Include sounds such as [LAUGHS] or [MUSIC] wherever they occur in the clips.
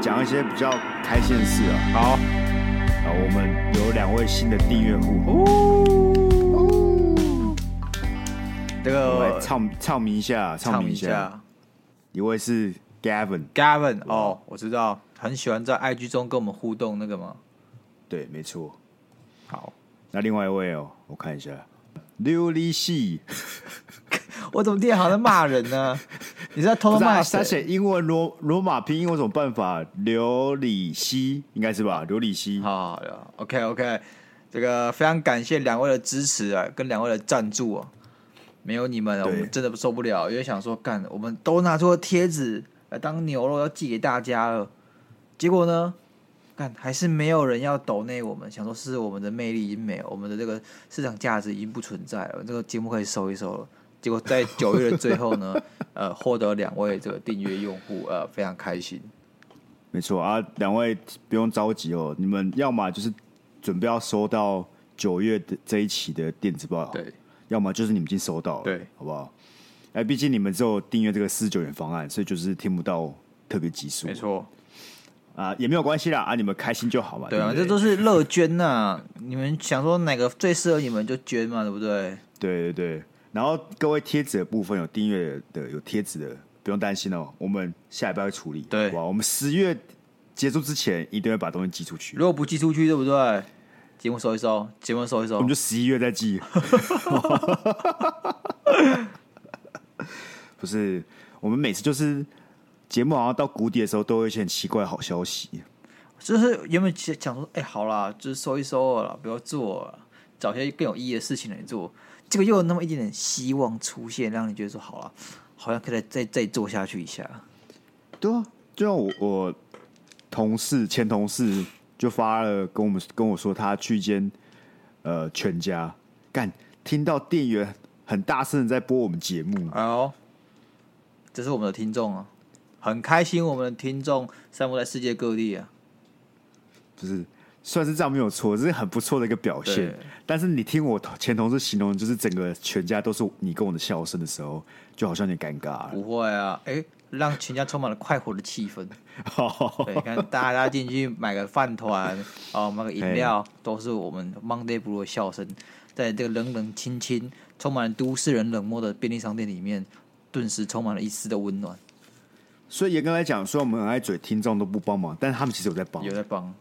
讲一些比较开心的事啊。好，啊，我们有两位新的订阅哦户，这来个唱唱名一下，唱唱名一一下。下一位是 Gavin， Gavin 哦，我知道，很喜欢在 IG 中跟我们互动那个嘛。对，没错。好，那另外一位哦，我看一下，琉璃系，我怎么电好像在骂人 [LAUGHS] 呢？你是在偷不偷是骂啊他写谁？英文罗罗马拼音，我有什么办法？琉璃西应该是吧？琉璃西，好了，OK OK，这个非常感谢两位的支持啊，跟两位的赞助啊，没有你们啊，我对们真的受不了，因为想说干，我们都拿出了贴纸来当牛肉要寄给大家了，结果呢，干还是没有人要抖内我们，想说是我们的魅力已经没有，我们的这个市场价值已经不存在了，这个节目可以收一收了。结果在九月的最后呢，呃，获得两位这个订阅用户，呃，非常开心。没错啊，两位不用着急哦，你们要么就是准备要收到九月的这一期的电子报，对，要么就是你们已经收到了，对，好不好？哎，毕竟你们只有订阅这个四十九元方案，所以就是听不到特别集数，没错。啊，也没有关系啦，啊，你们开心就好嘛，对对啊，不这都是乐捐呐、 [LAUGHS] 你们想说哪个最适合你们就捐嘛，对不对？对对对。然后各位贴纸的部分有订阅的有贴纸的，不用担心哦，我们下礼拜会处理，对好不好？我们十月结束之前一定会把东西寄出去如，果不寄出去，对不对？节目收一收，节目收一收我们。就十一月再寄。 [LAUGHS] 不是，我们每次就是节目好像到谷底的时候，都有一些很奇怪的好消息。就是原本想想说，哎、好啦，就是收一收了啦，不要做了，找些更有意义的事情来做。这个又有那么一点点希望出现，让你觉得说，好了，好像可以再再再做下去一下。对啊，就像我我同事前同事就发了跟我们跟我说，他去一间呃全家干，听到店员很大声的在播我们节目，哎呦，这是我们的听众啊，很开心，我们的听众散布在世界各地啊。就是虽然是这样没有错，这是很不错的一个表现对。但是你听我同前同事形容，就是整个全家都是你跟我的笑声的时候，就好像有点尴尬了。不会啊，哎、让全家充满了快活的气氛。对，看大家进去买个饭团，哦，买个饮料，都是我们 Monday Blue 的笑声，在这个冷冷清清、充满都市人冷漠的便利商店里面，顿时充满了一丝的温暖。 [LAUGHS] 所以严格来讲，虽然我们很爱嘴，听众都不帮忙，但是他们其实有在帮有，在帮，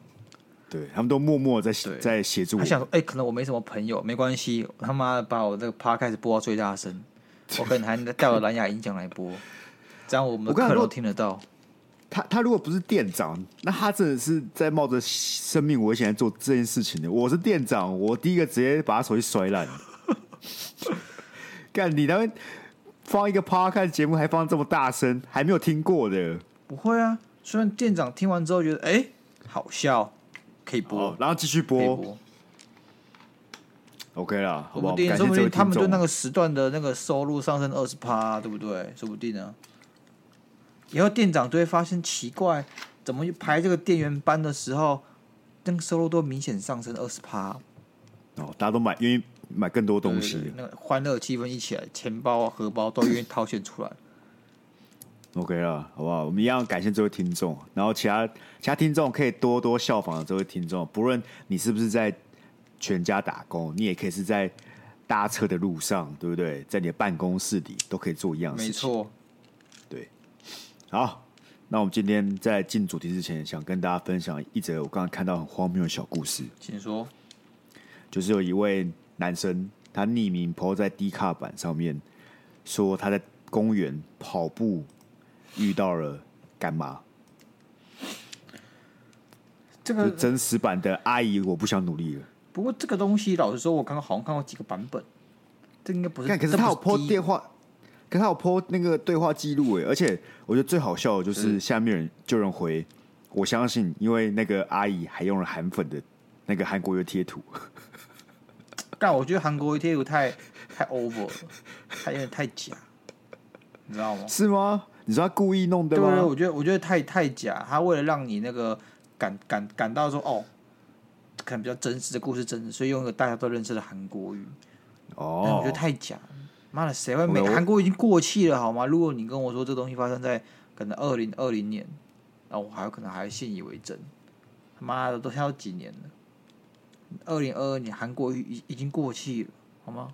对他们都默默地在对在协助我他们。想说，哎、可能我没什么朋友，没关系，我他妈的把我这个 Podcast 播到最大声，我可能还带我的蓝牙音响来播，这样我们我的跟你客人说都听得到。他他如果不是店长，那他真的是在冒着生命危险在做这件事情的。我是店长，我第一个直接把他手机摔烂。 [LAUGHS] 干你他们放一个 podcast 节目还放这么大声，还没有听过的。不会啊，虽然店长听完之后觉得，哎、好笑，可以播哦，，然后继续可以播播。 ，OK 啦，好说不好？不定，感说谢不这位定他们听对众那个时段的那个收入上升二十趴，对不对？说不定呢。以后店长就会发现奇怪，怎么排这个店员班的时候，那个收入都明显上升二十趴，哦，大家都买，愿意买更多东西。对对对那个欢乐气氛一起来，钱包啊、荷包都愿意掏钱出来。 OK 了，好不好？我们一样感谢这位听众，然后其他其他听众可以多多效仿这位听众，不论你是不是在全家打工，你也可以是在搭车的路上，对不对？在你的办公室里都可以做一样的没事情。错，好，那我们今天在进主题之前，想跟大家分享一则我刚刚看到很荒谬的小故事，请说。就是有一位男生，他匿名 po 在 D 卡板上面，说他在公园跑步遇到了干妈。这就个真实版的阿姨，我不想努力了。不过这个东西，老实说，我刚刚好像看过几个版本，这应该不是。看，可是这不他有 po 第一电话，可是他有 po 那个对话记录哎，而且我觉得最好笑的就是下面人就有人回，我相信，因为那个阿姨还用了韩粉的那个韩国的贴图，但我觉得韩国贴图太太 over 了，太有点太假，你知道 [LAUGHS] 吗？是吗？你说他故意弄的对对对，吗？我觉得我觉得太太假，他为了让你那个感感感到说哦，可能比较真实的故事真实，所以用一个大家都认识的韩国语，但我哦觉得，太假了。妈的，谁会美？我韩国已经过气了好吗？如果你跟我说这东西发生在可能二零二零年，那我还有可能还信以为真。他妈的，都现在都几年了，二零二二年韩国已已经过气了好吗？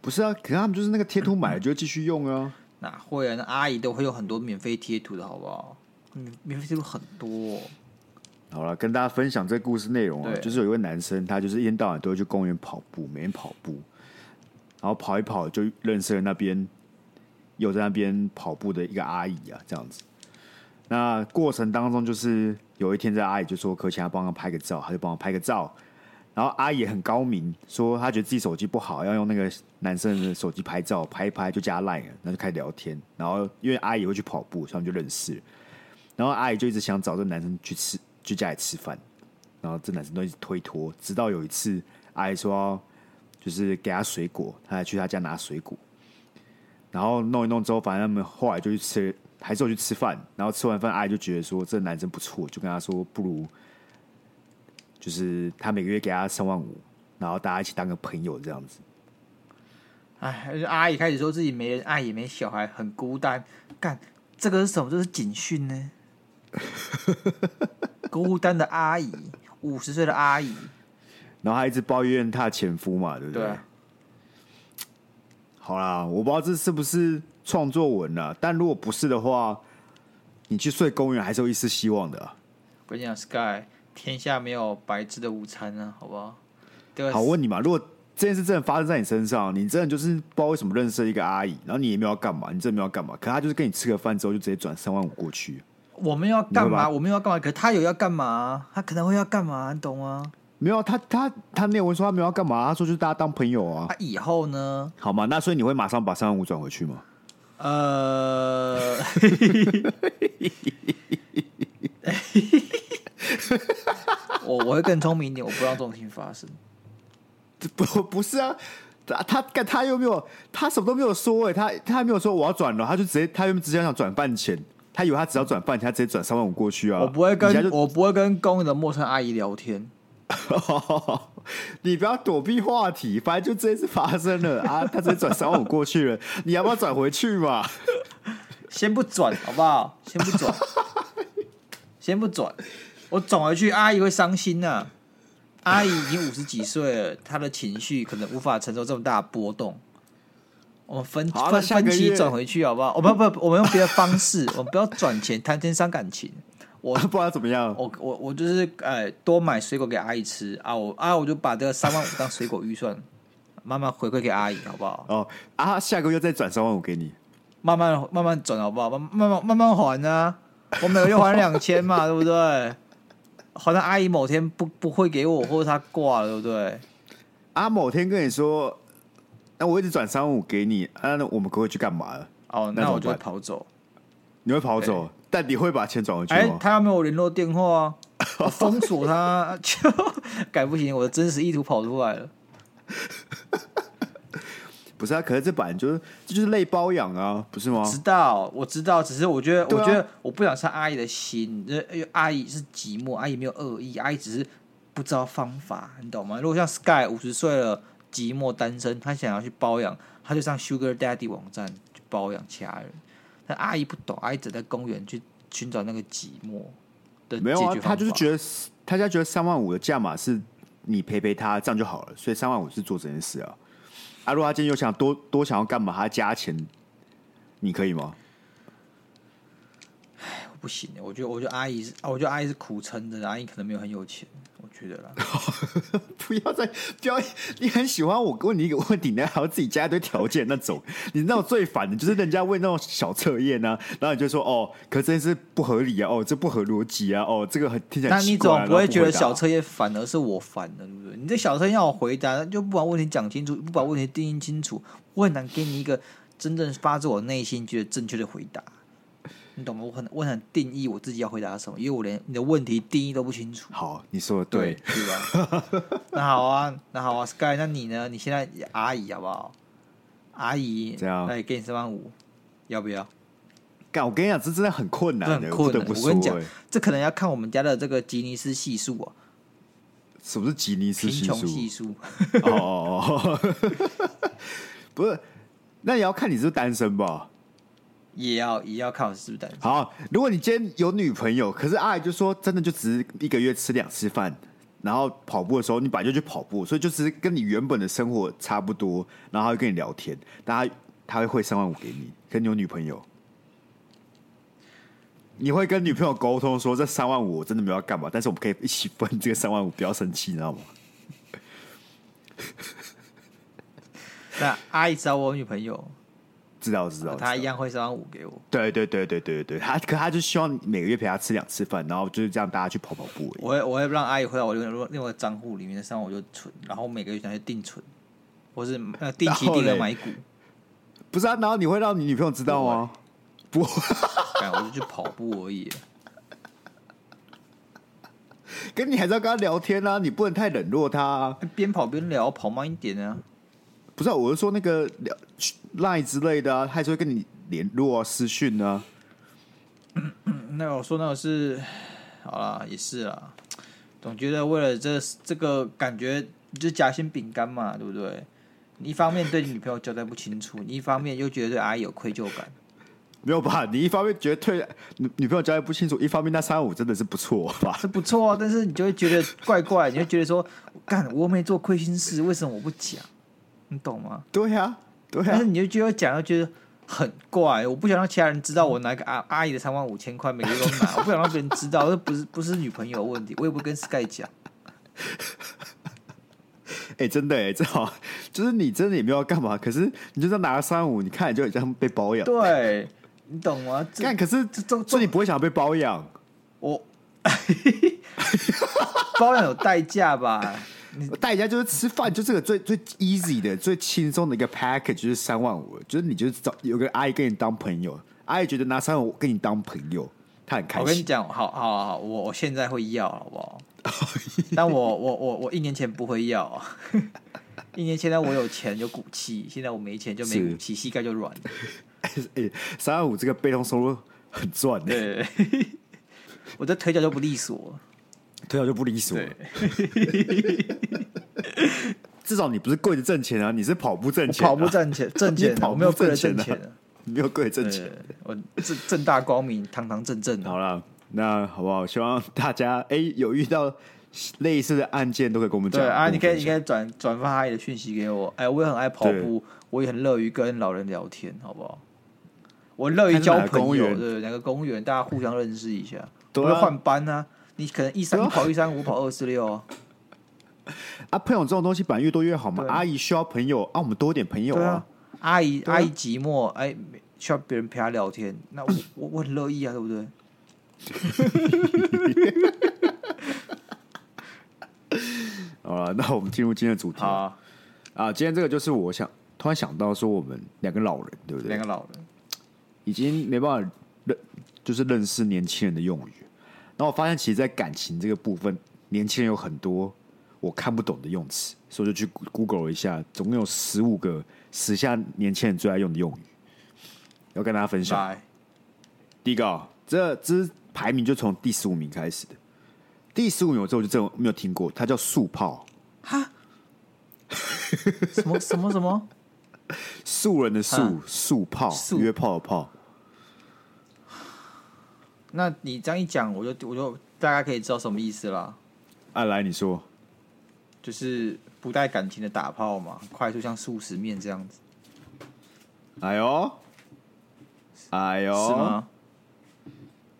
不是啊，可是他们就是那个贴图买了就会继续用啊。哪会啊？那阿姨都会有很多免费贴图的好不好？免免费贴图很多哦、好了，跟大家分享这故事内容啊，对就是有一位男生，他就是一天到晚都会去公园跑步，每天跑步，然后跑一跑就认识了那边有在那边跑步的一个阿姨啊，这样子。那过程当中，就是有一天，这阿姨就说可请她帮她拍个照，她就帮我拍个照。然后阿姨也很高明，说她觉得自己手机不好，要用那个男生的手机拍照，拍一拍就加 Line 了，然后就开始聊天。然后因为阿姨会去跑步，所以他们就认识了。然后阿姨就一直想找这男生去吃，去家里吃饭，然后这男生都一直推脱，直到有一次阿姨说要就是给他水果，他还去他家拿水果，然后弄一弄之后，反正他们后来就去吃，还是有去吃饭，然后吃完饭阿姨就觉得说这男生不错，就跟他说不如就是他每个月给他三万五，然后大家一起当个朋友这样子。哎，而且阿姨开始说自己没人爱，也没小孩，很孤单。干，这个是什么？这是警 [LAUGHS] 讯呢。孤单的阿姨，五十岁的阿姨，然后他一直抱怨他的前夫嘛，对不对啊好啦，我不知道这是不是创作文啦，但如果不是的话，你去睡公园还是有一丝希望的啊、我跟你讲，Sky，天下没有白吃的午餐啊，好不好？对啊吧好，我问你嘛，如果这件事真的发生在你身上，你真的就是不知道为什么认识了一个阿姨，然后你也没有要干嘛，你真的没有要干嘛，可她就是跟你吃个饭之后就直接转三万五过去，我们要干你会嘛？吧我们要干嘛？可是他有要干嘛啊？他可能会要干嘛？你懂吗？没有啊，她她她内文说她没有要干嘛，她说就是大家当朋友啊，他以后呢？好吗？那所以你会马上把三万五转回去吗？ [LAUGHS] 呃， [LAUGHS] 我我会更聪明一点，我不让这种事情发生。 [LAUGHS] 不不是啊，他他干他又没有，他什么都没有说哎、欸，他他还没有说我要转了，他就直接他又直接想转饭钱，他以为他只要转饭钱，他直接转三万五过去啊。我不会你现跟在就 [LAUGHS] 我不会跟公园的陌生阿姨聊天。你不要躲避话题，反正就这一次发生了啊，他直接转三万五过去了， [LAUGHS] 你要不要转回去嘛？ [LAUGHS] 先不转，好不好？先不转，先不转。我转回去，阿姨会伤心呐、阿姨已经五十几岁了，她的情绪可能无法承受这么大的波动。我们分好那分下个分期月转回去，好不好？我们不不，我们用别的方式， [LAUGHS] 我们不要转钱，谈天伤感情。我啊不然怎么样？我我我就是呃，多买水果给阿姨吃啊，我啊我就把这个三万五当水果预算，慢慢回馈给阿姨，好不好？哦啊，下个月再转三万五给你。慢慢慢慢转好不好？慢慢慢慢慢还啊！我每个月还两 [LAUGHS] 千嘛，对不对？好像阿姨某天不不会给我，或者她挂了，对不对？啊，某天跟你说，那、我一直转三万五给你，啊，那我们可会去干嘛了？哦，那那我怎就么会办跑走。你会跑走，但你会把钱转回去哎吗，？他要没有联络电话啊，我封 [LAUGHS] 锁他，就改不行，我的真实意图跑出来了。不是啊，可是这版就是这就是类包养啊，不是吗？知道，我知道，只是我觉得，对我啊觉得我不想伤阿姨的心，因为因为阿姨是寂寞，阿姨没有恶意，阿姨只是不知道方法，你懂吗？如果像 Sky 五十岁了，寂寞单身，他想要去包养，他就上 Sugar Daddy 网站去包养其他人，但阿姨不懂，阿姨只在公园去寻找那个寂寞的没有解啊决，他就是觉得得他家觉得三万五的价码是你陪陪他，这样就好了，所以三万五是做这件事啊。啊，如果他今天有想多多想要干嘛，他加钱，你可以吗？不行，欸我觉得，我觉得阿姨是，啊我觉得阿姨是苦撑的，阿姨可能没有很有钱，我觉得啦。不要再不要，你很喜欢我问你一个问题，你还要自己加一堆条件那种，你那种最烦的就是人家问那种小测验啊，然后你就说哦，可这件事不合理啊，哦，这不合逻辑啊，哦，这个很 [LAUGHS] 听起来但奇你怪啊、总不会然后觉得回答小测验烦，而是我烦的，对不对？你这小测验让我回答，就不把问题讲清楚，不把问题定义清楚，我很难给你一个真正发自我内心觉得正确的回答，你懂吗？我很我很难定义我自己要回答什么，因为我连你的问题定义都不清楚。好，你说的对，对吧？ [LAUGHS] 那好啊，那好啊，Sky，那你呢？你现在阿姨好不好？阿姨，这样来给你三万五，要不要？干，我跟你讲，这真的很困难这的，很我不困得难。不我说、跟你讲欸，，这可能要看我们家的这个吉尼斯系数啊，什么是吉尼斯贫系穷系数？数。哦哦哦， [LAUGHS] 不是，那也要看你是不是单身吧。也要也要看我是不是单 [LAUGHS] 身。好，如果你今天有女朋友，可是阿姨就说真的就只是一个月吃两次饭，然后跑步的时候你本来就去跑步，所以就只是跟你原本的生活差不多，然后她会跟你聊天，但她她会汇三万五给你，跟你有女朋友，你会跟女朋友沟通说这三万五我真的没有要干嘛，但是我们可以一起分这个三万五，不要生气，你知道吗？那阿姨知道我有女朋友，知道知道，哦她知一道样会三万五给我。对对对对对对，他可他就希望每个月陪他吃两次饭，然后就是这样大家去跑跑步而已。我会我会让阿姨回到我另外另外一个账户里面的三万我就存，然后每个月想去定存，或是呃定期然后定额嘞买股，不是啊，然后你会让你女朋友知道吗？不，干哎我就去跑步而已。 [LAUGHS] 跟你还是要跟他聊天啊，你不能太冷落他、啊。 [LAUGHS] 边跑边聊，跑慢一点啊。不是、啊，我是说那个聊 line 之类的啊，他还是会跟你联络啊、私讯啊。那我说那个是，好啦，也是啦，总觉得为了这这个感觉，你就夹心饼干嘛，对不对？你一方面对你女朋友交代不清楚，你一方面又觉得对阿姨有愧疚感。没有吧？你一方面觉得退女女朋友交代不清楚，一方面那三五真的是不错吧？ [LAUGHS] 这不错啊，但是你就会觉得怪怪，你会觉得说，干我没做亏心事，为什么我不讲？你懂吗？对呀、啊，对呀、但啊是。你就觉得讲，又觉得很怪，我不想让其他人知道我拿个阿阿姨的三万五千块每个月都拿，我不想让别人知道，这不是不是女朋友的问题，我也不会跟 Sky 讲。哎、真的哎、这好，就是你真的也没有要干嘛，可是你就这样拿个三五，你看你就很像被包养。对，你懂吗？这干，可是这这所以你不会想要被包养。我 [LAUGHS] 包养有代价吧？代价就是吃饭，就这个最最 easy 的、最轻松的一个 package 就是三万五，就是你就是找有个阿姨跟你当朋友，阿姨觉得拿三万五跟你当朋友，她很开我跟你心。讲，好好好，我我现在会要，好不 [LAUGHS] 好？但我我我我一年前不会要，啊 [LAUGHS] 一年前呢我有钱有骨气，现在我没钱就没骨气，膝盖 [LAUGHS] 就软了。哎，三万五这个被动收入很赚的，对， [LAUGHS] 我的腿脚就不利索。推到就不理所了对。 [LAUGHS] 至少你不是跪着挣钱啊，你是跑步挣我钱啊、跑步挣钱，[LAUGHS] 挣你钱啊，跑我步没有跪着挣挣钱钱啊啊。你没有跪着挣钱对。，我正正大光明，堂堂正正的。好了，那好不好？希望大家哎、有遇到类似的案件都可以跟我们讲。对啊，跟你我们分可以享你可以转转发阿姨的讯息给我，哎、我也很爱跑步，我也很乐于跟老人聊天，好不好？我乐于交看是哪个朋公友，园对，两个公园大家互相认识一下， [LAUGHS] 对啊我会换班啊。你可能一三、对啊你跑一三五，跑二四 [LAUGHS] 六啊，啊，朋友这种东西本来越多越好嘛。对阿姨需要朋友啊，我们多一点朋友对啊啊。。阿姨、对啊阿姨寂寞，哎，需要别人陪她聊天，那我我我很乐意啊，对 [LAUGHS] 不对？好了， [LAUGHS] 那我们进入今天的主题好啊。啊，啊今天这个就是我想突然想到说，我们两个老人对不两对？个老人，已经没办法认，就是认识年轻人的用语。然后我发现，其实，在感情这个部分，年轻人有很多我看不懂的用词，所以我就去 Google 了一下，总共有十五个时下年轻人最爱用的用语，要跟大家分享。来，第一个、哦，这这排名就从第十五名开始的。第十五名我之后就真的没有听过，它叫速泡，什么什么什么， [LAUGHS] 素人的素嗯，速泡素约炮的泡。那你这样一讲，我就我就大概可以知道什么意思啦。啊，来你说，就是不带感情的打炮嘛，快速像速食面这样子，哎呦，哎呦，是吗？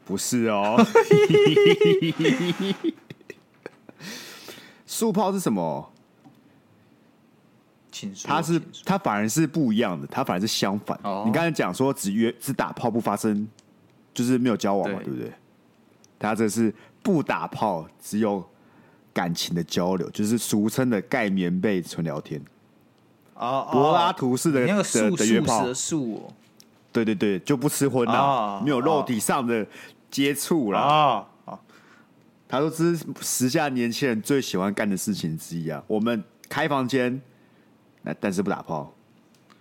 不是 [LAUGHS] 哦。速泡是什么？请说。它是请说它反而是不一样的，它反而是相反。哦你刚才讲说只约只打炮不发生，就是没有交往嘛，对对不对？它这是不打炮，只有感情的交流，就是俗称的盖棉被纯聊天，哦，哦柏拉图式的你那个的素素的食约炮的。素对对对，就不吃荤啊，哦没有肉体上的接触哦啦。哦哦，他说这是时下年轻人最喜欢干的事情之一啊。我们开房间，那但是不打炮，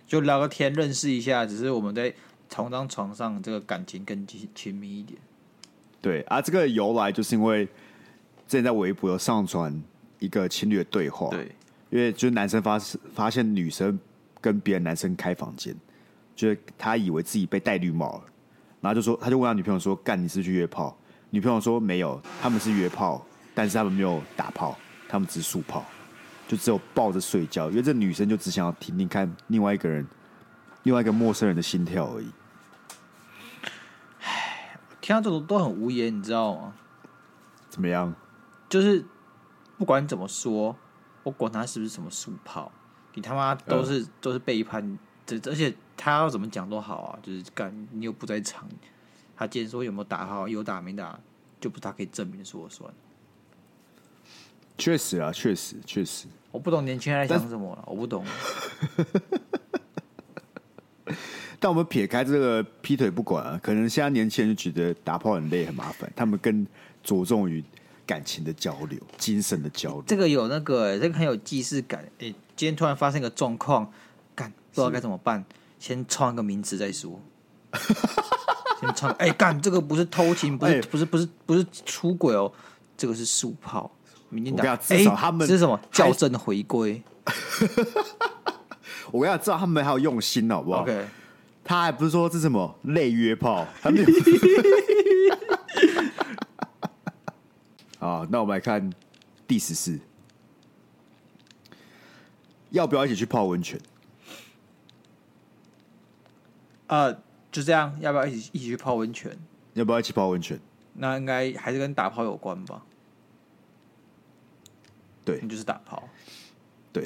就聊个天，认识一下，只是我们在同张床上，这个感情更亲亲密一点。对啊，这个由来就是因为之前在微博有上传一个情侣的对话，对，因为就是男生发发现女生跟别的男生开房间，就是他以为自己被戴绿帽了，然后就说他就问他女朋友说：“干，你是不是去约炮？”女朋友说：“没有，他们是约炮，但是他们没有打炮，他们只是速炮，就只有抱着睡觉。因为这女生就只想要听听看另外一个人，另外一个陌生人的心跳而已。听到这种都很无言，你知道吗？怎么样？就是不管怎么说，我管他是不是什么速炮，你他妈都是、都是背叛，这而且他要怎么讲都好啊，就是干你又不在场，他今天说有没有打好，有打没打，就不是他可以证明说了算。确实啊，确实，确实。”我不懂年轻人在想什么了，我不懂。但我们撇开这个劈腿不管啊，可能现在年轻人就觉得打炮很累很麻烦，他们更着重于感情的交流、精神的交流。这个有那个、欸这个很有既视感。诶、今天突然发生一个状况，干不知道该怎么办，先创一个名词再说。 [LAUGHS] 先创，哎、干这个不是偷情，不是、哎不是不是不是出轨哦，这个是速炮。民进我跟你党，讲至少哎他们这是什么还校正回归我跟你讲，知道他们还有用心，好不好？OK，他还不是说这是什么类约炮，他们有。 [LAUGHS] 好，那我们来看第十四，要不要一起去泡温泉？呃，就这样，要不要一起一起去泡温泉？要不要一起泡温泉？那应该还是跟打炮有关吧？对那就是打炮。对，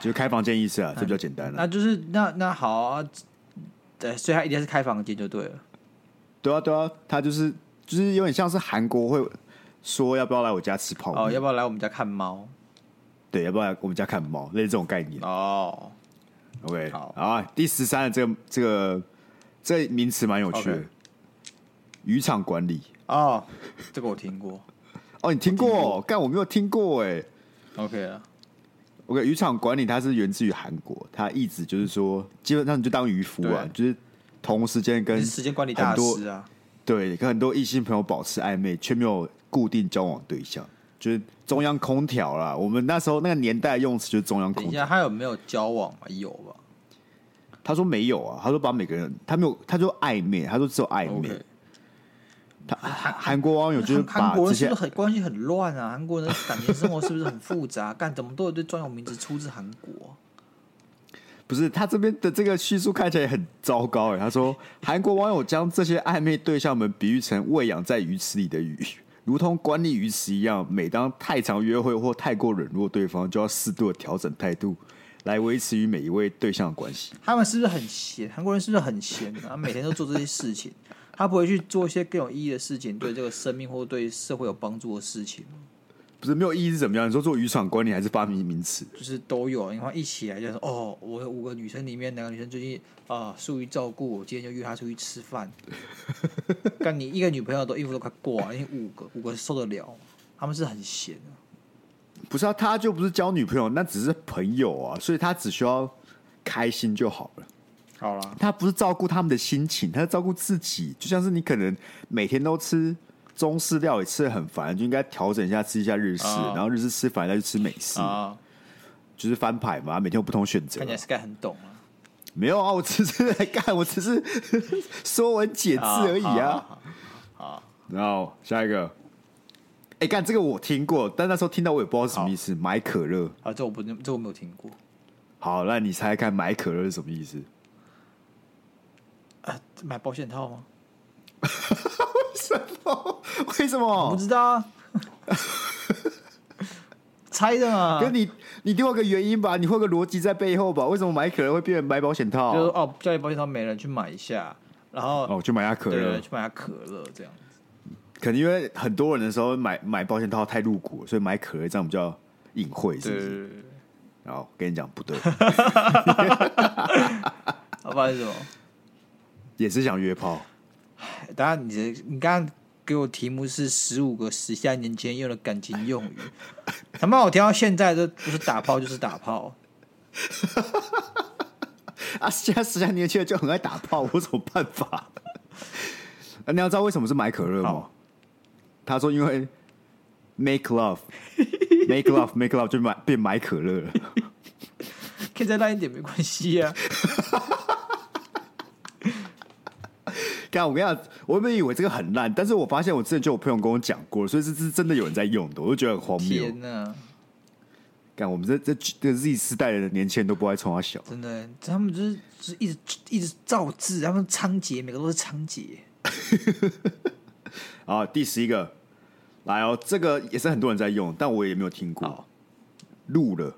就是开房间意思啊，这比较简单了、那就是那那好啊，对，所以他一定是开房间就对了。对啊，对啊，他就是就是有点像是韩国会说要不要来我家吃泡面，哦，要不要来我们家看猫？对，要不要来我们家看猫，类似这种概念。哦， OK，好啊，第十三的这个这个这个名词蛮有趣的 OK，渔场管理。哦，这个我听过。哦，你听过哦？干，我没有听过哎。 OK 啊了， OK，渔场管理它是源自于韩国，它意指就是说，基本上你就当渔夫啊对，就是同时间你跟是时间管理大师啊。对跟很多异性朋友保持暧昧，却没有固定交往对象，就是中央空调啦。我们那时候那个年代用词就是中央等空一调下，。他有没有交往嘛？有吧他说没有啊，他说把每个人，他没有，他说暧昧，他说只有暧昧。 ？OK，他韩韩国网友就是韩韩把国这人是些不是很关系很乱啊？韩国人的感情生活是不是很复杂？干怎么都有对专有名词出自韩国？不是他这边的这个叙述看起来很糟糕哎。他说，韩国网友将这些暧昧对象们比喻成喂养在鱼池里的鱼， [LAUGHS] 如同管理鱼池一样，每当太常约会或太过冷落对方，就要适度的调整态度，来维持与每一位对象的关系。他们是不是很闲？韩国人是不是很闲啊？每天都做这些事情，他不会去做一些更有意义的事情，对这个生命或对社会有帮助的事情吗不是没有意义是怎么样？你说做渔场管理还是发明名词？就是都有，然后一起来就是哦，我有五个女生里面哪个女生最近啊疏于照顾我，今天就约她出去吃饭。 [LAUGHS] 但你一个女朋友都衣服都快挂，你五个五个受得了吗？他们是很闲的、不是啊，他就不是交女朋友，那只是朋友啊，所以他只需要开心就好了。好啦，他不是照顾他们的心情，他是照顾自己。就像是你可能每天都吃中式料理，吃的很烦，就应该调整一下，吃一下日式，哦然后日式吃烦再去吃美式，啊，就是翻牌嘛，每天有不同选择看起。来 Sky 很懂啊，没有啊，我只是在干，我只是说文解字而已啊。好。好好好然后下一个，哎，干这个我听过，但那时候听到我也不知道什么意思。买可乐，好，这我不这我没有听过。好，那你猜猜看买可乐是什么意 [LAUGHS] 思？啊，买保险套吗？为什不么？知道 [LAUGHS] 啊，猜的嘛。跟你你给我个原因吧，你会有个逻辑在背后吧？为什么买可乐会变成买保险套？就是哦，家里保险套没人去买一下，然后、哦，去买下可对乐对，，去买下可乐这样。可能因为很多人的时候买买保险套太露骨了，所以买可乐这样比较隐晦，是不是？对，然后跟你讲不对，好不好意思哦。也是想约 [LAUGHS] 炮，当然，你的你刚刚给我题目是十五个时下年轻人用的感情用语， [LAUGHS] 他妈我听到现在都不是打炮就是打炮，啊！现在时下年轻人就很爱打炮，我有什么办法？ [LAUGHS] 啊，你要知道为什么是买可乐吗好？他说因为 make love，make love，make love 就买变买可乐了。可以再烂一点没关 [LAUGHS] 系啊。刚我跟你讲，我原本以为这个很烂，但是我发现我之前就有朋友跟我讲过，所以这是真的有人在用的，我就觉得很荒谬天。呐，干，我们这这这 Z 世代的年轻人都不爱冲他小，真的，他们就是就是一直一直造字，他们仓颉，每个都是仓颉。啊，第十一个，来哦，这个也是很多人在用，但我也没有听过好。鹿了，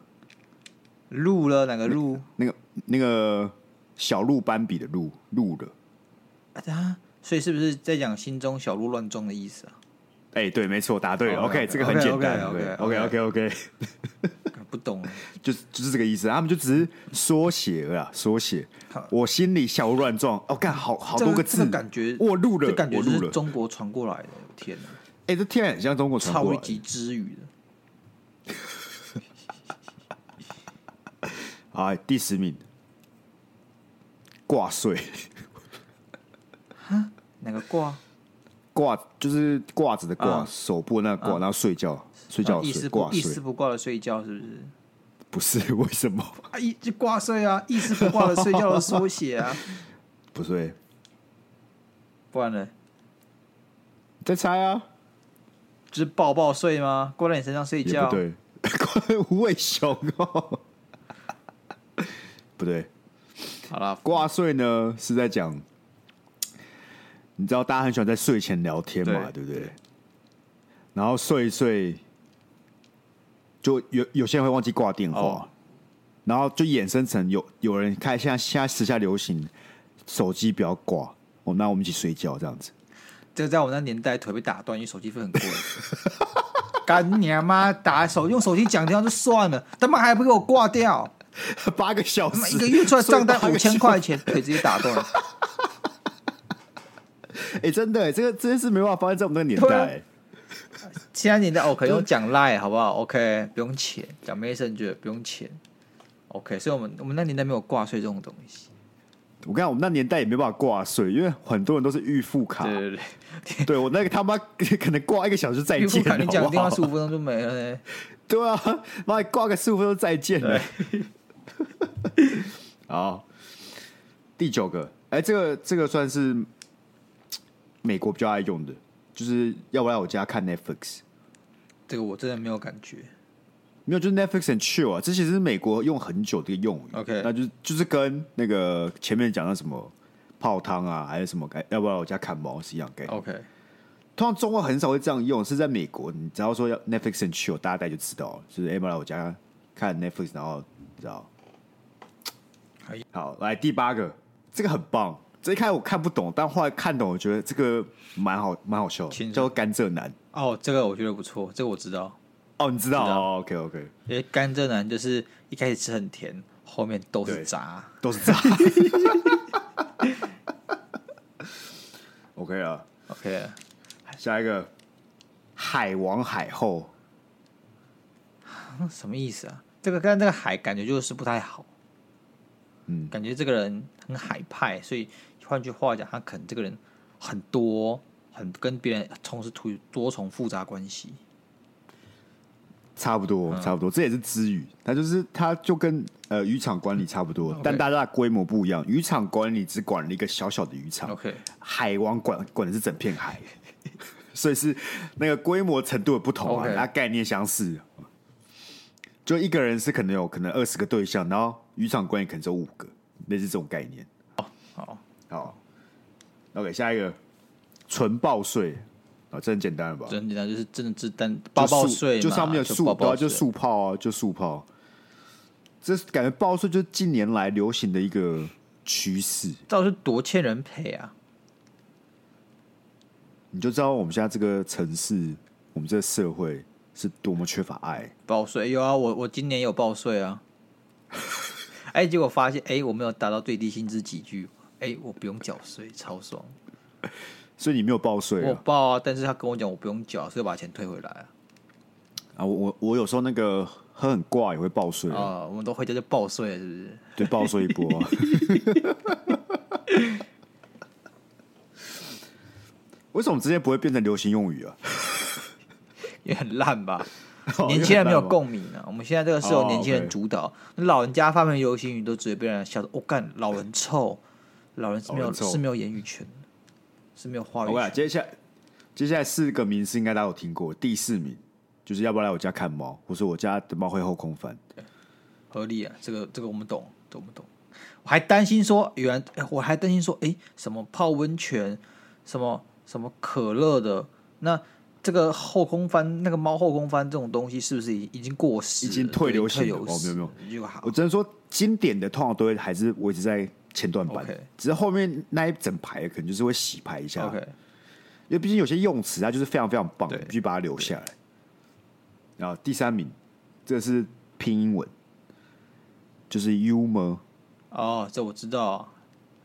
鹿了哪 [LAUGHS] 个鹿那个那个小鹿斑比的鹿，鹿了。啊？所以是不是在讲心中小鹿乱撞的意思啊？哎、对，没错，答对了。 OK， OK，这个很简单。 OK，OK，OK，OK，OK OK，OK，OK，不懂啊了，就是就是这个意思。他们就只是缩写了啦，缩写好。我心里小鹿乱撞，哦，干好好这多个这字，个感觉，我录了这，感觉我就录是了。中国传过来的，天哪，哎、这听起来很像中国传过超来的级之语的。啊，第十名，挂税， [LAUGHS] 哪个挂？挂就是挂子的挂，啊手部那个挂，然后睡觉，睡觉啊的一睡，丝不挂一丝睡，不挂的睡觉是不是？不是为什么？ [LAUGHS] 啊，一就挂睡啊，一丝不挂的睡觉的缩写啊，不是， [LAUGHS] 不然呢？再猜啊，就是抱抱睡吗？挂在你身上睡也觉不？对， [LAUGHS] 挂无尾熊哦， [LAUGHS] 不对，好啦，挂睡呢是在讲，你知道大家很喜欢在睡前聊天嘛，对对不对对？然后睡一睡，就有有些人会忘记挂电话，哦然后就衍生成有有人开现在现在时下流行手机不要挂，哦，那我们一起睡觉这样子。这个在我们那年代腿被打断，因为手机费很贵。 [LAUGHS] 干你妈！打手用手机讲电话就算了，他妈还不给我挂掉！ [LAUGHS] 八个小他妈时，一个月出来账单睡八五个小千块钱，腿直接打断。时， [LAUGHS] 哎、真的、这个这件事没办法发生在我们那个年对啊代、现在年代 OK 用讲 Line 好不好？OK 不用钱，讲 Messenger 不用钱。OK，所以我们我们那年代没有挂税这种东西。我跟你讲，我们那年代也没办法挂睡，因为很多人都是预付卡，对对对。 [LAUGHS] 对我那个他妈 [LAUGHS] 可能挂一个小时再预付见卡了，你讲好不电话好十五分钟就没了呢。对啊，妈挂个十五分钟再见了。 [LAUGHS] 好，第九个，哎、这个这个算是嘖美国比较爱用的，就是要不来我家看 Netflix，这个我真的没有感觉。没有，就是 Netflix and chill 啊，这其实是美国用很久的一个用语。 OK 那就是就是跟那个前面讲到什么泡汤啊，还是什么该要不来我家看猫是一样概念。 OK，通常中文很少会这样用，是在美国，你只要说要 Netflix and chill，大家大概就知道了，就是 Emma 来我家看 Netflix，然后你知道好。好，来第八个，这个很棒。这一开始我看不懂，但后来看懂，我觉得这个蛮好，蛮好笑的，亲人叫做甘蔗男。哦，这个我觉得不错，这个我知道。哦，你知道知道哦，OK OK，因为甘蔗男就是一开始吃很甜，后面都是对渣。都是渣。OK 了， OK 了下一个海王海后，嗯什么意思啊？这个跟这个海感觉就是不太好，嗯感觉这个人很海派，所以换句话讲，他可能这个人很多，很跟别人同时处于多重复杂关系。差不多，嗯差不多，这也是之语，它就是它就跟呃渔场管理差不多 OK，但大家的规模不一样。渔场管理只管了一个小小的渔场， OK，海王管管的是整片海， [LAUGHS] 所以是那个规模程度的不同啊， OK 它概念相似。就一个人是可能有可能二十个对象，然后渔场管理可能只有五个，类似这种概念。哦好，好，OK，下一个纯报税啊，这很简单了吧？真的简单，就是真的是单就包包速税嘛，就上面有包速，对啊，包就税速泡啊，就速泡。这是感觉报税就是近年来流行的一个趋势，到底是多欠人赔啊？你就知道我们现在这个城市，我们这个社会是多么缺乏爱。报税有啊，我我今年有报税 [LAUGHS] 啊。哎、结果发现哎、我没有达到最低薪资几句，哎、我不用缴税，超爽。所以你没有报我税有啊？报啊，但是他跟我讲我不用缴，所以把钱退回来啊。啊，我我我有时候那个喝很挂也会报税啊、啊，我们都回家就报税了，是不是？ [LAUGHS] 对，报税一波啊、 [LAUGHS] 为什么直接不会变成流行用语啊？ [LAUGHS] 哦也很烂吧？年轻人 [LAUGHS] 没有共鸣啊。我们现在这个是由年轻哦人，OK 主导，那老人家发明流行语都直接被人家笑说：“我、干，老人臭，老人是没老有人臭是没有言语权的，是没有话语 OK，权。接下来接下来四个名词应该大家有听过，第四名就是要不要来我家看猫，或是我家的猫会后空翻。”合理啊，这个这个我们懂，这个我们懂。我还担心说，原来、哎我还担心说，哎、什么泡温泉，什么什么可乐的，那这个后空翻，那个猫后空翻这种东西，是不是已已经过时了，已经退流行对了退流哦没有没有有，就好我。只能说经典的通常都会还是维持在前段版 OK 只是后面那一整排可能就是会洗牌一下 OK，因为毕竟有些用词它就是非常非常棒，对必须把它留下来。然后第三名，这是拼音文，就是 humor。哦，这我知道，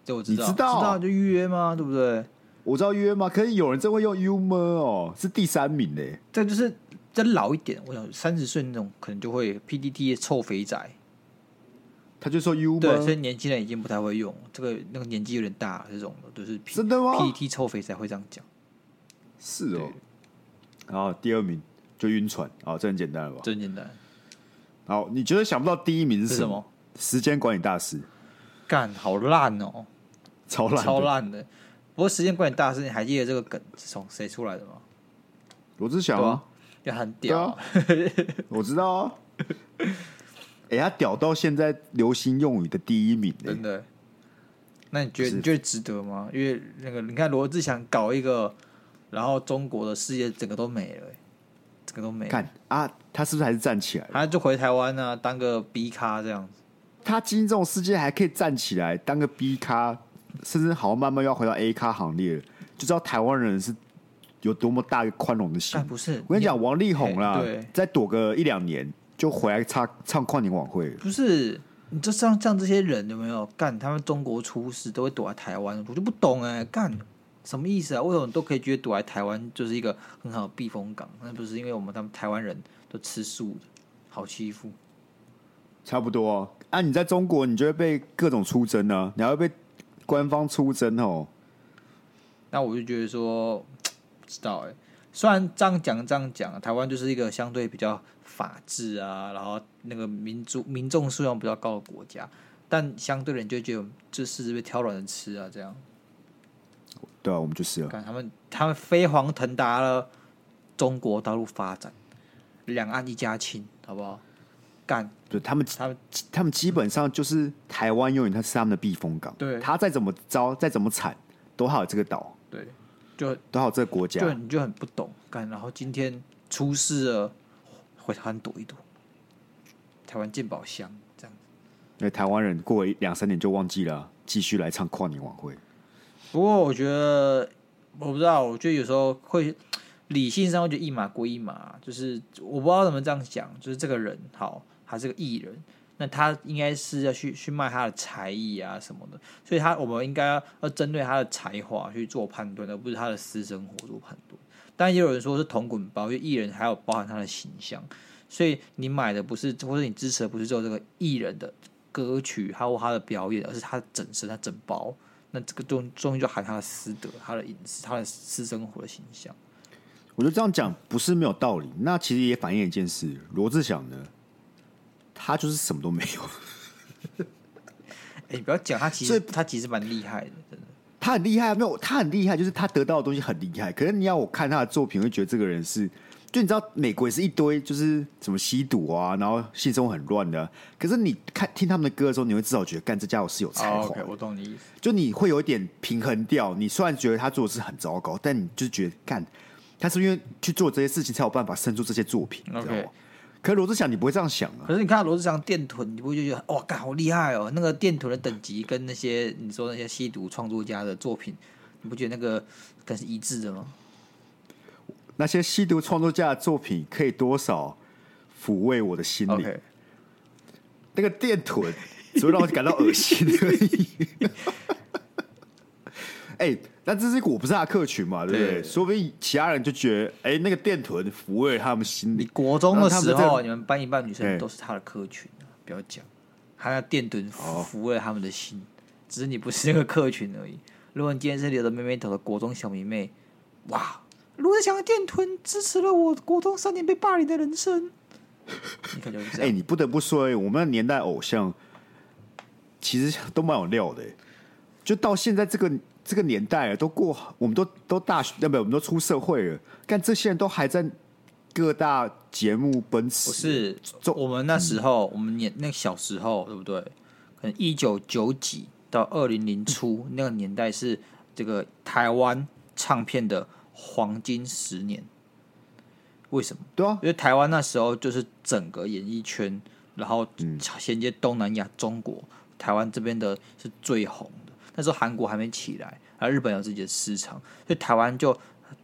这我知道，你知道就预约吗？对不对？我知道约吗？可是有人真会用 humor 哦，是第三名嘞。这就是再老一点，我想三十岁那种可能就会 PDT 的臭肥仔，他就说对，所以 humor，年轻人已经不太会用这个，那个年纪有点大了这种的，就是 P 真的吗 PDT 臭肥仔会这样讲，是哦对。然后第二名就晕船，哦，这很简单了吧？真简单。好，你觉得想不到第一名是是什什么么？时间管理大师，干好烂哦，超烂，超。烂的。不过时间管理大师，你还记得这个梗是从谁出来的吗？罗志祥对啊吧，？也很屌啊、 [LAUGHS] 我知道啊。哎、他屌到现在流行用语的第一名、欸，真的。那你觉是得你觉得值得吗？因为那个你看罗志祥搞一个，然后中国的事业整个都没了欸、整个都没了。看啊，他是不是还是站起来了？他就回台湾啊，当个 B 咖这样子。他今天这种世界还可以站起来当个 B 咖，甚至好像慢慢要回到 A 咖行列了，就知道台湾人是有多么大一个宽容的心但。不是，我跟你讲，王力宏啦嘿对，再躲个一两年就回来唱唱跨年晚会了。不是，你就像像这些人有没有干？他们中国出事都会躲在台湾，我就不懂哎、干什么意思啊？为什么都可以觉得躲在台湾就是一个很好的避风港？那不是因为我们他们台湾人都吃素的，好欺负？差不多啊啊！你在中国，你就会被各种出征啊，你还会被官方出征哦。那我就觉得说，不知道哎、虽然这样讲这样讲，台湾就是一个相对比较法治啊，然后那个民族民众素养比较高的国家，但相对的你就觉得这柿子被挑软的吃啊，这样。对啊，我们就是啊。看他们，他们飞黄腾达了，中国大陆发展，两岸一家亲，好不好？干对他们，他们他们基本上就是台湾永远它是他们的避风港。对他再怎么糟，再怎么惨，都还有这个岛，对，就都还有这个国家。就你就很不懂干，然后今天出事了，回台湾躲一躲，台湾鉴宝箱这样子。那台湾人过了一两三年就忘记了，继续来唱跨年晚会。不过我觉得，我不知道，我觉得有时候会理性上会觉得一码归一码，就是我不知道怎么这样讲，就是这个人好，他是个艺人，那他应该是要去去卖他的才艺啊什么的，所以他我们应该要针对他的才华去做判断，而不是他的私生活做判断。但也有人说是同滚包，因为艺人还有包含他的形象，所以你买的不是或者你支持的不是只有这个艺人的歌曲，还有他的表演，而是他的整身、他整包。那这个东终于就含他的私德、他的隐私、他的私生活的形象。我觉得这样讲不是没有道理，那其实也反映一件事：罗志祥呢，他就是什么都没有，哎、你不要讲他，其所以实他其实蛮厉害的，真的。他很厉害，啊没有他很厉害，就是他得到的东西很厉害。可是你要我看他的作品，会觉得这个人是，就你知道美国也是一堆就是什么吸毒啊，然后性生活很乱的啊。可是你看听他们的歌的时候，你会至少觉得干这家伙是有才华的啊哦我懂你意思。就你会有一点平衡掉。你虽然觉得他做的是很糟糕，但你就觉得干，他是因为去做这些事情才有办法生出这些作品，你知道 OK 吗？可是罗志祥你不会这样想啊，可是你看罗志祥电臀，你不会就觉得哇，干好厉害哦？那个电臀的等级跟那些你说那些吸毒创作家的作品，你不觉得那个更是一致的吗？那些吸毒创作家的作品可以多少抚慰我的心灵 OK 那个电臀只会让我感到恶心而已。 [LAUGHS] 哎、那这是我不是他的客群嘛，对不对？对说不定其他人就觉得，哎、那个电臀抚慰了他们心你灵。国中的时然后他们在候，你们班一半女哎生都是他的客群啊，不要讲，他那电臀哦服了他们的心，只是你不是那个客群而已。如果你今天是留着妹妹头的国中小迷妹，哇，卢志祥的电臀支持了我国中三年被霸凌的人生。你看就是这哎、样，你不得不说、哎，我们的年代偶像其实都蛮有料的、哎就到现在这个这个年代啊了，都过我们都都大学，呃，不，我们都出社会了，但这些人都还在各大节目奔驰。不哦是这我们那时候，我们年那个小时候，对不对？可能一九九几到二零零初那个年代是这个台湾唱片的黄金十年。为什么？对啊，因为台湾那时候就是整个演艺圈，然后衔接东南亚、中国，台湾这边的是最红的。那时候韩国还没起来，而日本有自己的市场，所以台湾就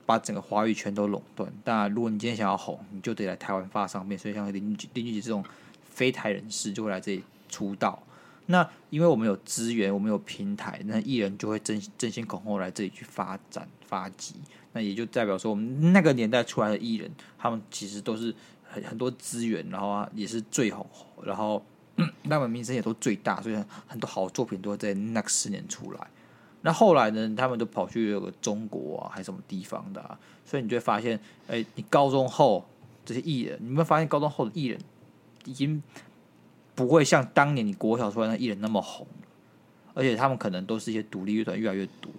把整个华语圈都垄断。当然，如果你今天想要红，你就得来台湾发唱片。所以像林俊林俊杰这种非台人士就会来这里出道。那因为我们有资源，我们有平台，那艺人就会争争先恐后来这里去发展发迹。那也就代表说，我们那个年代出来的艺人，他们其实都是很很多资源，然后啊也是最红，然后 [CLEARS THROAT] 那们名声也都最大，所以很多好作品都会在那个十年出来。那后来呢，他们都跑去有个中国啊，还是什么地方的、啊，所以你就会发现，哎、你高中后这些艺人，你有没有发现高中后的艺人已经不会像当年你国小出来的艺人那么红了，而且他们可能都是一些独立乐团越来越多。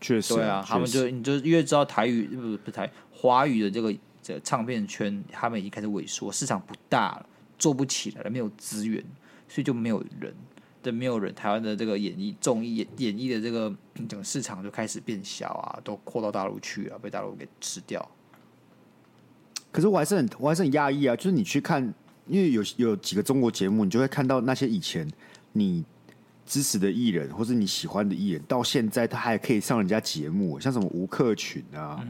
确实，对啊，他们确实就你就越知道台语呃不是不是台语华语的这个这个唱片圈，他们已经开始萎缩，市场不大了，做不起来了，没有资源，所以就没有人，对，没有人，台湾的这个演艺综艺演演艺的这个嗯整个市场就开始变小啊，都扩到大陆去啊，被大陆给吃掉。可是我还是很我还是很压抑啊！就是你去看，因为有有几个中国节目，你就会看到那些以前你支持的艺人或是你喜欢的艺人，到现在他还可以上人家节目，像什么吴克群啊，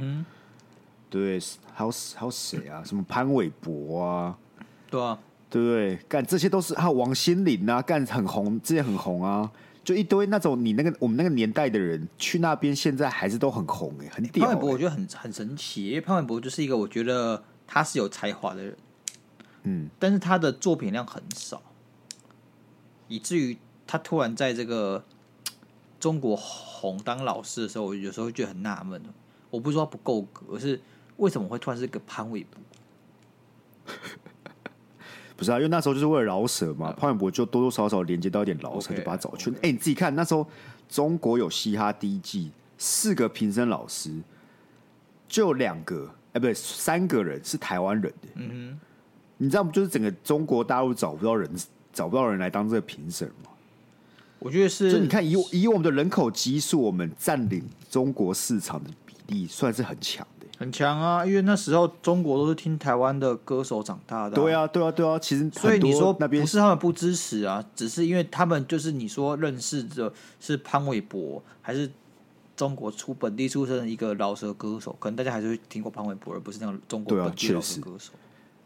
对，还有还有谁啊？什么潘玮柏啊，对啊，对不对？干这些都是还有王心凌啊，干很红，之前很红啊。就一堆那种你那个我们那个年代的人去那边，现在还是都很红哎、很屌、潘玮柏我欸。觉得很很神奇，因为潘玮柏就是一个我觉得他是有才华的人，嗯，但是他的作品量很少，以至于他突然在这个中国红当老师的时候，我有时候会觉得很纳闷。我不是说他不够格，而是为什么会突然是个潘玮柏？不是啊，因为那时候就是为了饶舌嘛，潘玮柏就多多少少连接到一点饶舌， OK，就把它找去。哎、你自己看那时候中国有嘻哈第一季，四个评审老师，就有两个，哎、不对，三个人是台湾人、嗯哼，你知道吗？就是整个中国大陆找不到人，找不到人来当这个评审嘛。我觉得是，就你看以我以我们的人口基数，我们占领中国市场的比例算是很强的、很强啊，因为那时候中国都是听台湾的歌手长大的、对，啊，对啊，对啊，其实所以很多你说那边不是他们不支持啊，只是因为他们就是你说认识的是潘玮柏，还是中国出本地出生的一个饶舌歌手，可能大家还是会听过潘玮柏，而不是那种中国对啊本地的饶确实舌歌手。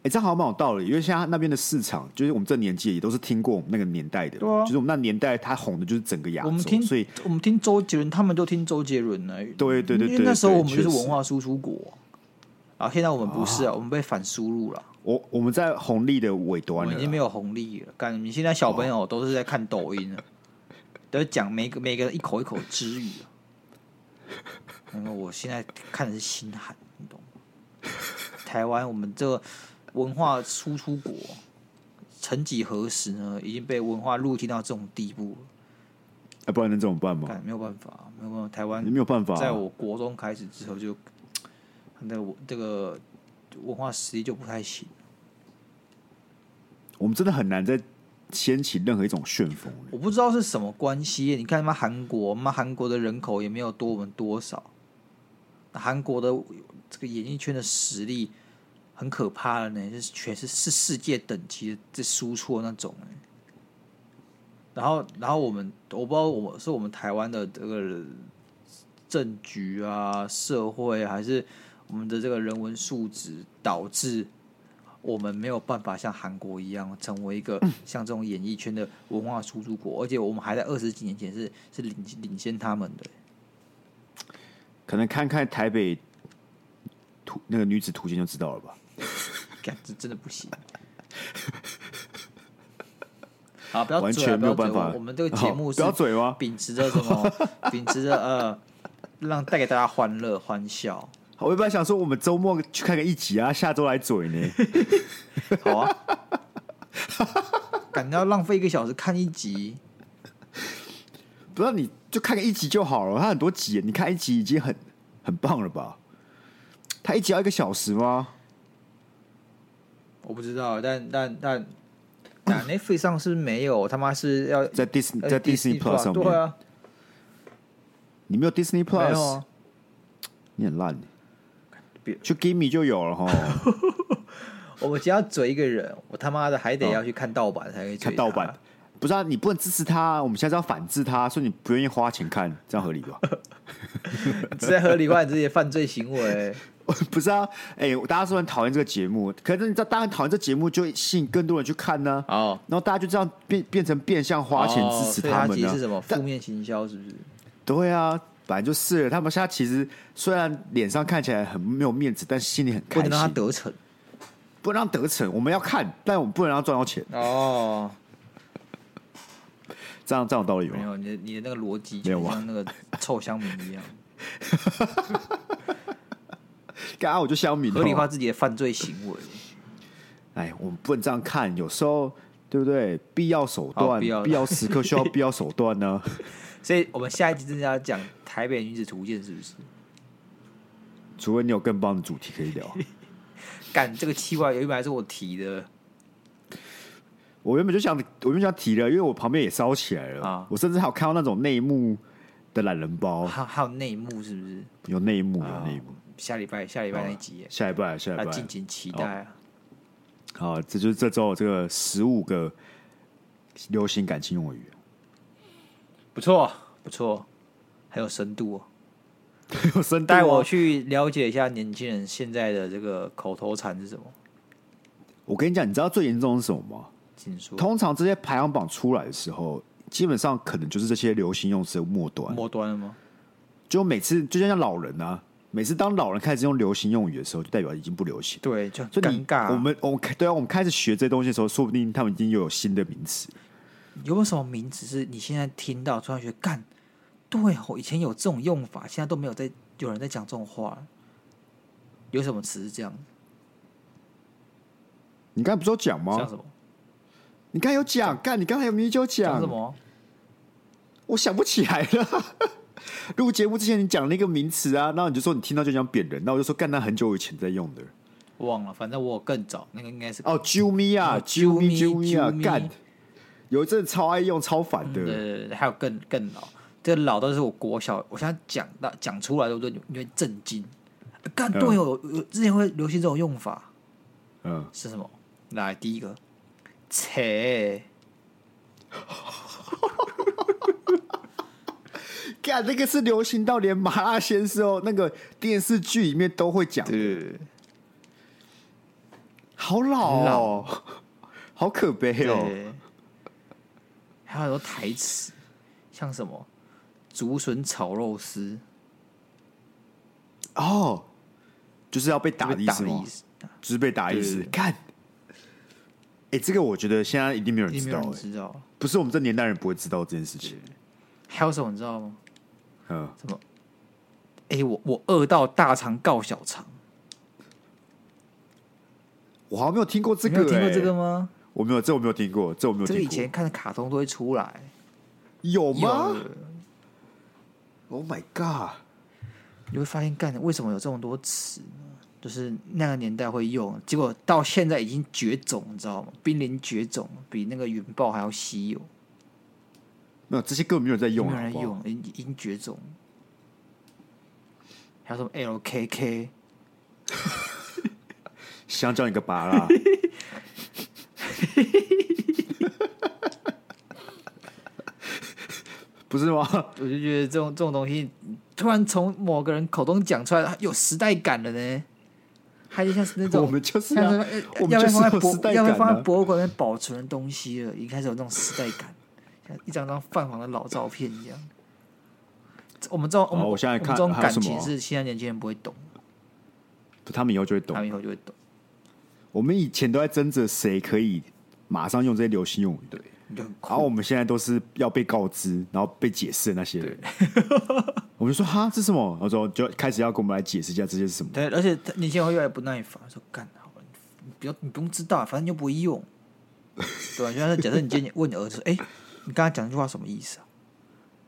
哎、这样好像蛮有道理，因为现在那边的市场，就是我们这年纪也都是听过我们那个年代的，对啊就是我们那年代他红的就是整个亚我们洲，听所以我们听周杰伦，他们都听周杰伦呢、对对对因对为那时候对我们就确是实文化输出国啊，现在我们不是啊，我们被反输入了，我我们在红利的尾我端们了已经没啦。有红利了。干，你现在小朋哦友都是在看抖 [LAUGHS] 音了，都是讲每个每个人一口一口之语了。然后我现在看的是心寒，你懂吗？台湾我们这个文化输出国，曾几何时呢，已经被文化入侵到这种地步了。哎、不然能怎么办吗？干，没有办法，没有办法，台湾你没有办法啊、在我国中开始之后就，那我这个文化实力就不太行。我们真的很难再掀起任何一种旋风了。我不知道是什么关系耶，你看他妈韩国，妈韩国的人口也没有多我们多少，那韩国的这个演艺圈的实力很可怕了呢，就是全是是世界等级的这输出的那种耶然后，然后我们我不知道我们是我们台湾的这个政局啊、社会，还是我们的这个人文素质导致我们没有办法像韩国一样成为一个嗯像这种演艺圈的文化输出国，而且我们还在二十几年前是是领领先他们的。可能看看台北图那个女子图鉴就知道了吧。干这真的 [LAUGHS] 不行。好，不要完嘴啊全不没有要嘴办法我我们这个节目哦是不要嘴吗 [LAUGHS] 秉持着什么？秉持着呃，让带给大家欢乐欢笑，我一般想说，我们周末去看个一集啊，下周来嘴呢。[LAUGHS] 好啊，感到浪费一个小时看一集，不知道你就看个一集就好了，它很多集，你看一集已经很很棒了吧？它一集要一个小时吗？我不知道，但但但，那 Netflix 上是没有，他妈是要在 Dis 要在 Disney Plus 上面，对啊，你没有 Disney 没 Plus，有啊，你很烂别。去 Gimme 就有 [LAUGHS] 了哈，我只要嘴一个人，我他妈的还得要去看盗版才可以追哦看他盗版，不是啊？你不能支持他啊，我们现在是要反制他，所以你不愿意花钱看，这样合理 [LAUGHS] 吧？这在合理化你自己的犯罪行 [LAUGHS] 为。不是啊，哎、大家说很讨厌这个节目，可是你知道，大家讨厌这节目，就会吸引更多人去看呢、哦，然后大家就这样变变成变相花钱支持哦所以他他们其呢、实是什么但负面行销，是不是？对啊，本来就是了他们现在其实虽然脸上看起来很没有面子，但心里很不开心。能让他得逞。不能让得逞，我们要看，但我们不能让他赚到钱。哦，这样这样有道理没吗？有，你的你的那个逻辑没有就啊像 [LAUGHS] 那个臭乡民一样，刚啊刚我就相米合理化。自己的犯罪行为。哎，我们不能这样看，有时候对不对？必要手段，好哦必要的时刻 [LAUGHS] 需要必要手段呢、所以我们下一集真的要讲《台北女子图鉴》，是不是？除非你有更棒的主题可以 [LAUGHS] 聊。干这个气外原本还是我提的，我原本就想，我原本想提了，因为我旁边也烧起来了。啊我甚至还有看到那种内幕的懒人包，还有还有内幕，是不是？有内幕，有内幕。下礼拜下礼拜那一集耶，啊下一拜，下一那拜，敬请期待啊！好，这就是这周这个十五个流行感情用 [LAUGHS] 语。不错不错，很有深哦度哦。有声带带我我，去了解一下年轻人现在的这个口头禅是什么？我跟你讲，你知道最严重的是什么吗？请说。通常这些排行榜出来的时候，基本上可能就是这些流行用词的末端。末端了吗？就每次就像老人啊，每次当老人开始用流行用语的时候，就代表已经不流行。对，就很所以你尴尬。我们我们对啊，我们开始学这些东西的时候，说不定他们已经又有新的名词。有没有什么名词是你现在听到突然觉得干？对哦，以前有这种用法，现在都没有在有人在讲这种话了。有什么词是这样的？你刚才不是有讲像吗？什么？你刚才有讲，干，你刚才有明明就有像讲什？么？我想不起来了。 [LAUGHS] 录节目之前你讲了一个名词啊，然后你就说你听到就想扁人，那我就说干，那很久以前在用的。忘了，反正我有更早，那个应该是哦，啾咪啊，哦啾咪啾啾咪咪啊啾，咪干！有一阵超爱用，超烦的。呃，还有更更老，这老到是我国小，我现在讲到讲出来，我都有点震惊。干嗯对哦，有有之前会流行这种用法嗯，是什么？来，第一个，切，干那个是流行到连麻辣鲜师哦，那个电视剧里面都会讲，对好老哦，好可悲哦。对，还有很多台词，像什么竹笋炒肉丝，哦，就是要被打的这个意打思的吗意？思，就是被打的意思对对。对干，哎，这个我觉得现在一定没有人一定知没道有人哎，知道。不是我们这年代人不会知道这件事情。还有什么你知道吗？嗯，什么？哎、我我饿到大肠告小肠，我好像没有听过这你个，没有听过这个哎？吗？我没有，这我没有听过，这我没有这个听以前过。看的卡通都会出来。有啊吗有啊？Oh my god！你会发现，干为什么有这么多词呢？就是那个年代会用，结果到现在已经绝种，你知道吗？濒临绝种，比那个云豹还要稀有，没有，这些根本没有人在用没啊，有人好不好用，已已经绝种。还有什么 LKK？香蕉你个拔啦！ [LAUGHS] 不是吗？我就觉得这种这种东西，突然从某个人口中讲出来，有时代感了呢。还就像是那种 [LAUGHS] 我们就是像啊是呃，我们要就被是放在有时博，代要被感放在啊。博物馆里面保存的东西了，已经开始有那种时代感，像一张张泛黄的老照片一样。我们这种，我们哦好我现在们看这种还有感什么情啊是现在年轻人不会懂，他们以后就会懂他。们以后就会懂，我们以前都在争着谁可以马上用这些流行用语，对。你就很然后酷。我们现在都是要被告知，然后被解释的那些人。我就说哈，这是什么？我说就开始要跟我们来解释一下这些是什么。对，而且他你现在会越来越不耐烦，说干好了，你不要你不用知道，反正你又不会用，对吧？就像是假设你今天问你儿子，哎、你刚才讲那句话什么意思啊？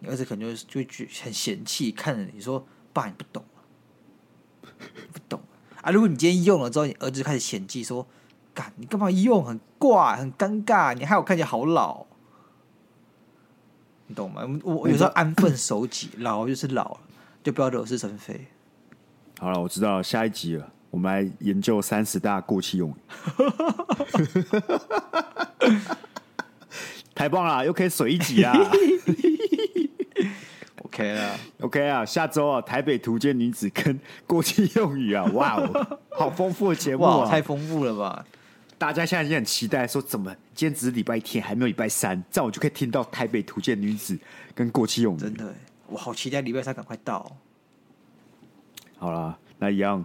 你儿子可能就就会觉很嫌弃，看着你说爸，你不懂啊，你不懂啊啊！如果你今天用了之后，你儿子就开始嫌弃说，干你干嘛用？很怪，很尴尬，你害我看起来好老。哦你懂吗？我我有时候安分守己，老就是老了，就不要惹是生非。好了，我知道了，下一集了，我们来研究三十大过气用语。 [LAUGHS] 太棒了，又可以水一 [LAUGHS] 集啊 OK 啦。 ！OK 啊，下周啊，台北图鉴女子跟过气用语啊，哇 [LAUGHS] 哦，好丰富的节目哇，啊！太丰富了吧！大家现在已经很期待，说怎么今天只是礼拜天，还没有礼拜三，这样我就可以听到台北图鉴女子跟过气用真语。的，我好期待礼拜三赶快到哦。好啦，那一样，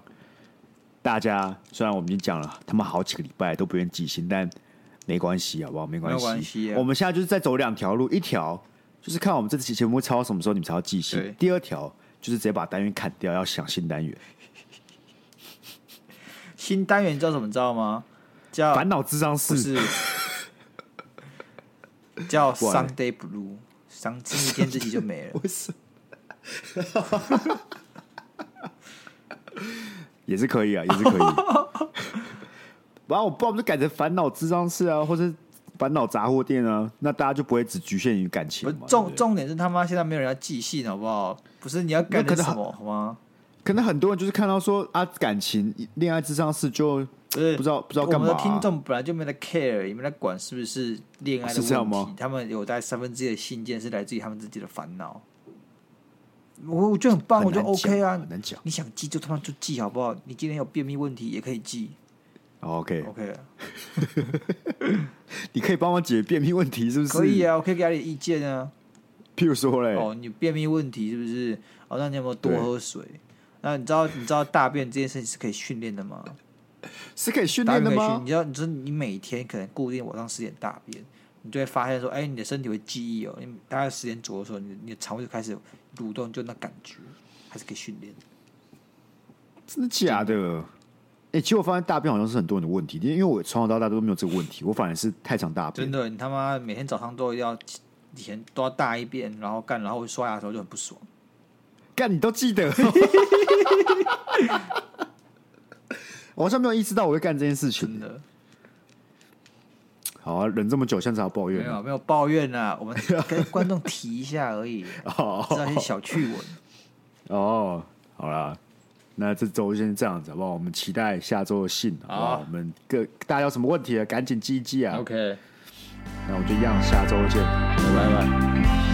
大家虽然我们已经讲了，他们好几个礼拜都不愿记性，但没关系，好不好？没关没系，有关系啊我们现在就是在走两条路，一条就是看我们这期节目超到什么时候你们才要记对性，第二条就是直接把单元砍掉，要想新单元，新单元叫什么？你知道吗？叫烦恼智商不是 [LAUGHS] 是叫不然 Sunday Blue，上星期天自己就没 [LAUGHS] 了。不是？也是可以啊，也 [LAUGHS] 是可以。然后我不然我们就改成烦恼智商室啊，或者烦恼杂货店啊，那大家就不会只局限于感情不嘛是。对重对重点是他妈现在没有人要寄信，好不好？不是你要干那可点是什么好吗？可能很多人就是看到说啊，感情、恋爱智商是就不是不知道不知道我干们嘛、啊的听众本来就没在 care，也没在管是不是恋爱的是这样问题吗，他们有大概三分之一的信件是来自于他们自己的烦恼。我我觉得很棒，很我觉难得 OK 啊讲很，难讲。你想记就他妈就记好不好？你今天有便秘问题也可以记哦 OK， [LAUGHS] ，OK 了你可以帮我解决便秘问题是不是？可以。啊，我可以给他点意见啊。譬如说嘞，哦，你便秘问题是不是？哦，那你有没有多对喝水？那你知道你知道大便这件事情是可以训练的吗？是可以训大练便的可以吗训练，你？知道你说你每天可能固定晚上十点大便，你就会发现说，哎，你的身体会记忆哦，你大概十点左右的时候，你的你的肠胃就开始蠕动，就那感觉还是可以训练的。真的假的？哎、其实我发现大便好像是很多人的问题，因为我从小到大都没有这个问题，我反而是太常大便真。的，你他妈每天早上都要以前都要大一遍，然后干，然后刷牙的时候就很不爽。干，你都记得、 [LAUGHS] 我好像没有意识到我会干这件事真情。的好啊，忍这么久，现在才有抱没怨啊。有没有抱怨啦，我们跟观众提一下而已，哦知道一些小趣闻。哦，好啦，那这周先这样子好不好？我们期待下周的信好不好？好啊我们各大家有什么问题啊，赶紧记一记啊。 OK，那我们就一样，下周见。拜拜。